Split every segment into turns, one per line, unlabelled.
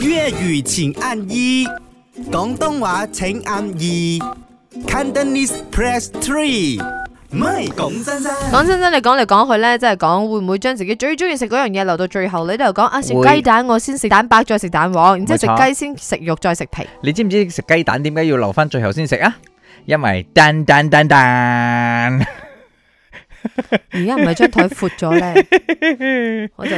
粤语请按一，广东话请按二，Cantonese press three。唔係講真真，
講真真，你講嚟講去咧，即係講會唔會將自己最中意食嗰樣嘢留到最後？你都度講啊，食
會
雞蛋我先食蛋白，再食蛋黃，然之後食
冇錯
雞先食肉，再食皮。
你知唔知食雞蛋點解要留翻最後先食啊？因為蛋蛋蛋蛋，
而家唔係張台闊咗咧， 我就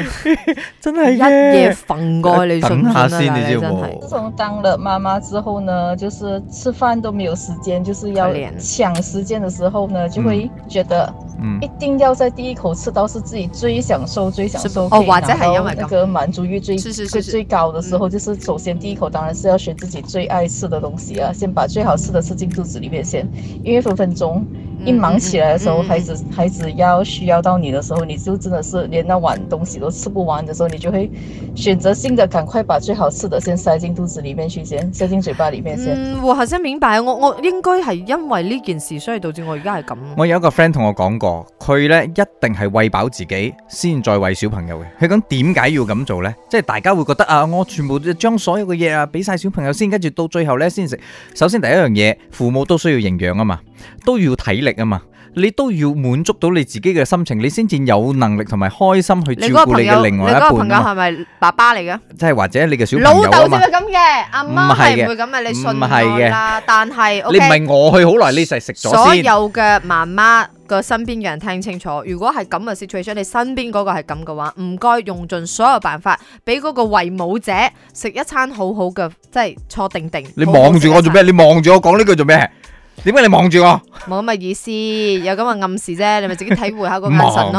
真
一夜瞓過去你信唔信
等
啊？
下
嗱
先，你
你
知
真
冇
係？
自从当了妈妈之后呢，就是吃饭都没有时间，就是要
可怜
抢时间的时候呢，就会觉得
嗯
一，定要在第一口吃到是自己最享受、最享受
是不哦
可以
哇这还
拿到
要买高
那个满足欲最
是是是
最
是嗯
最高的时候，就是首先第一口当然是要选自己最爱吃的东西啊，先把最好吃的吃进肚子里面先，因为分分钟一忙起来的时候，
嗯嗯嗯
孩子孩子要需要到你的时候，你就真的是连那碗东西都吃不完的时候，你就会选择性的赶快把最好吃的先塞进肚子里面去先，塞进嘴巴里面先。
嗯，我頭先明白，我我應該係因為呢件事，所以導致我而家係咁。
我有一個 friend 同我講過，佢呢一定係喂飽自己先再喂小朋友嘅。佢講點解要咁做呢？即係大家會覺得啊，我全部都將所有嘅嘢啊俾晒小朋友先，跟住到最後呢先食。首先第一樣嘢，父母都需要營養啊嘛，都要體力啊嘛，你都要滿足到你自己嘅心情，你先至有能力同埋開心去
你
照
嗰個
顧
朋
你
友，
嘅另
你
外一
嗰個朋
半
友
啊嘛，
係咪爸爸嚟嘅？
即係或者你嘅小
老
朋友啊
豆先
嘛
會。咁嘅，阿媽
唔係嘅
係唔會咁嘅，你信
唔係
我
嘅
啦。但係
你唔
OK。
係餓去好耐，你就係食咗
所
先。
有嘅媽媽嘅身邊嘅人聽清楚，如果係咁嘅 situation，你身邊嗰個係咁嘅話，唔該用盡所有辦法，俾嗰個為母者食一餐好好嘅，即係坐定定。
你
好好
望住我做咩？
食
你望住我講呢句做咩？點解你望住我？
一餐？冇咁嘅意思，有咁嘅暗示啫，你咪自己體 會下個眼神
係咪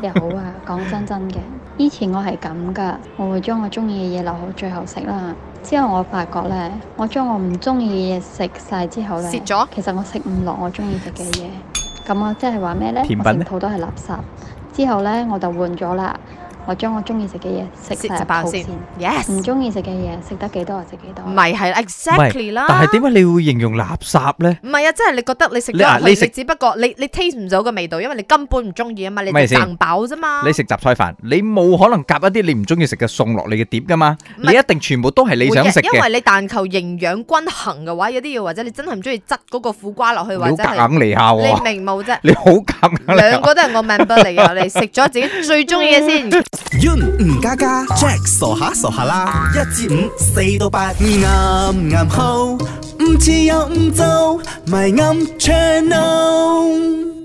咯
有。你哋好啊！講真真嘅，以前我係咁噶，我會將我中意嘅嘢留好最後食啦。之後我發覺咧，我將我唔中意嘅嘢食晒之後咧，
蝕咗
其實我食唔落我中意食嘅嘢。咁我即係話咩咧？
甜品
我
呢
成肚都係垃圾。之後咧我就換咗啦，我將我中意食嘅嘢食
食
晒
就
入
爆
肚
先
先，唔
，yes，
中意食嘅嘢食得幾多就食幾多。
咪係啦，exactly 啦。
但係點解你會形容垃圾咧？
唔係啊，即係你覺得你食
你
咗
啊
入
你
去，
食
你只不過你你 taste 唔到個味道，因為你根本唔中意啊嘛，你
咪
就
先
撐飽啫嘛。
你食雜菜飯，你冇可能夾一啲你唔中意食嘅餸落你嘅碟噶嘛？
唔係
你一定全部都係你想
會
食
嘅因
嘅，
為你但求營養均衡嘅話，有啲嘢或者你真係唔中意擠嗰個苦瓜落去，
你
或
好
者
夾
係
硬嚟下
你
喎，。
明冇啫
你好夾硬嚟
兩
下。
個都係我 member 嚟嘅，你食咗自己最中意嘅先。
Yun 吳家家，Jack 傻下傻下啦，一至五，四到八，啱啱好，唔似又唔做，咪啱 channel。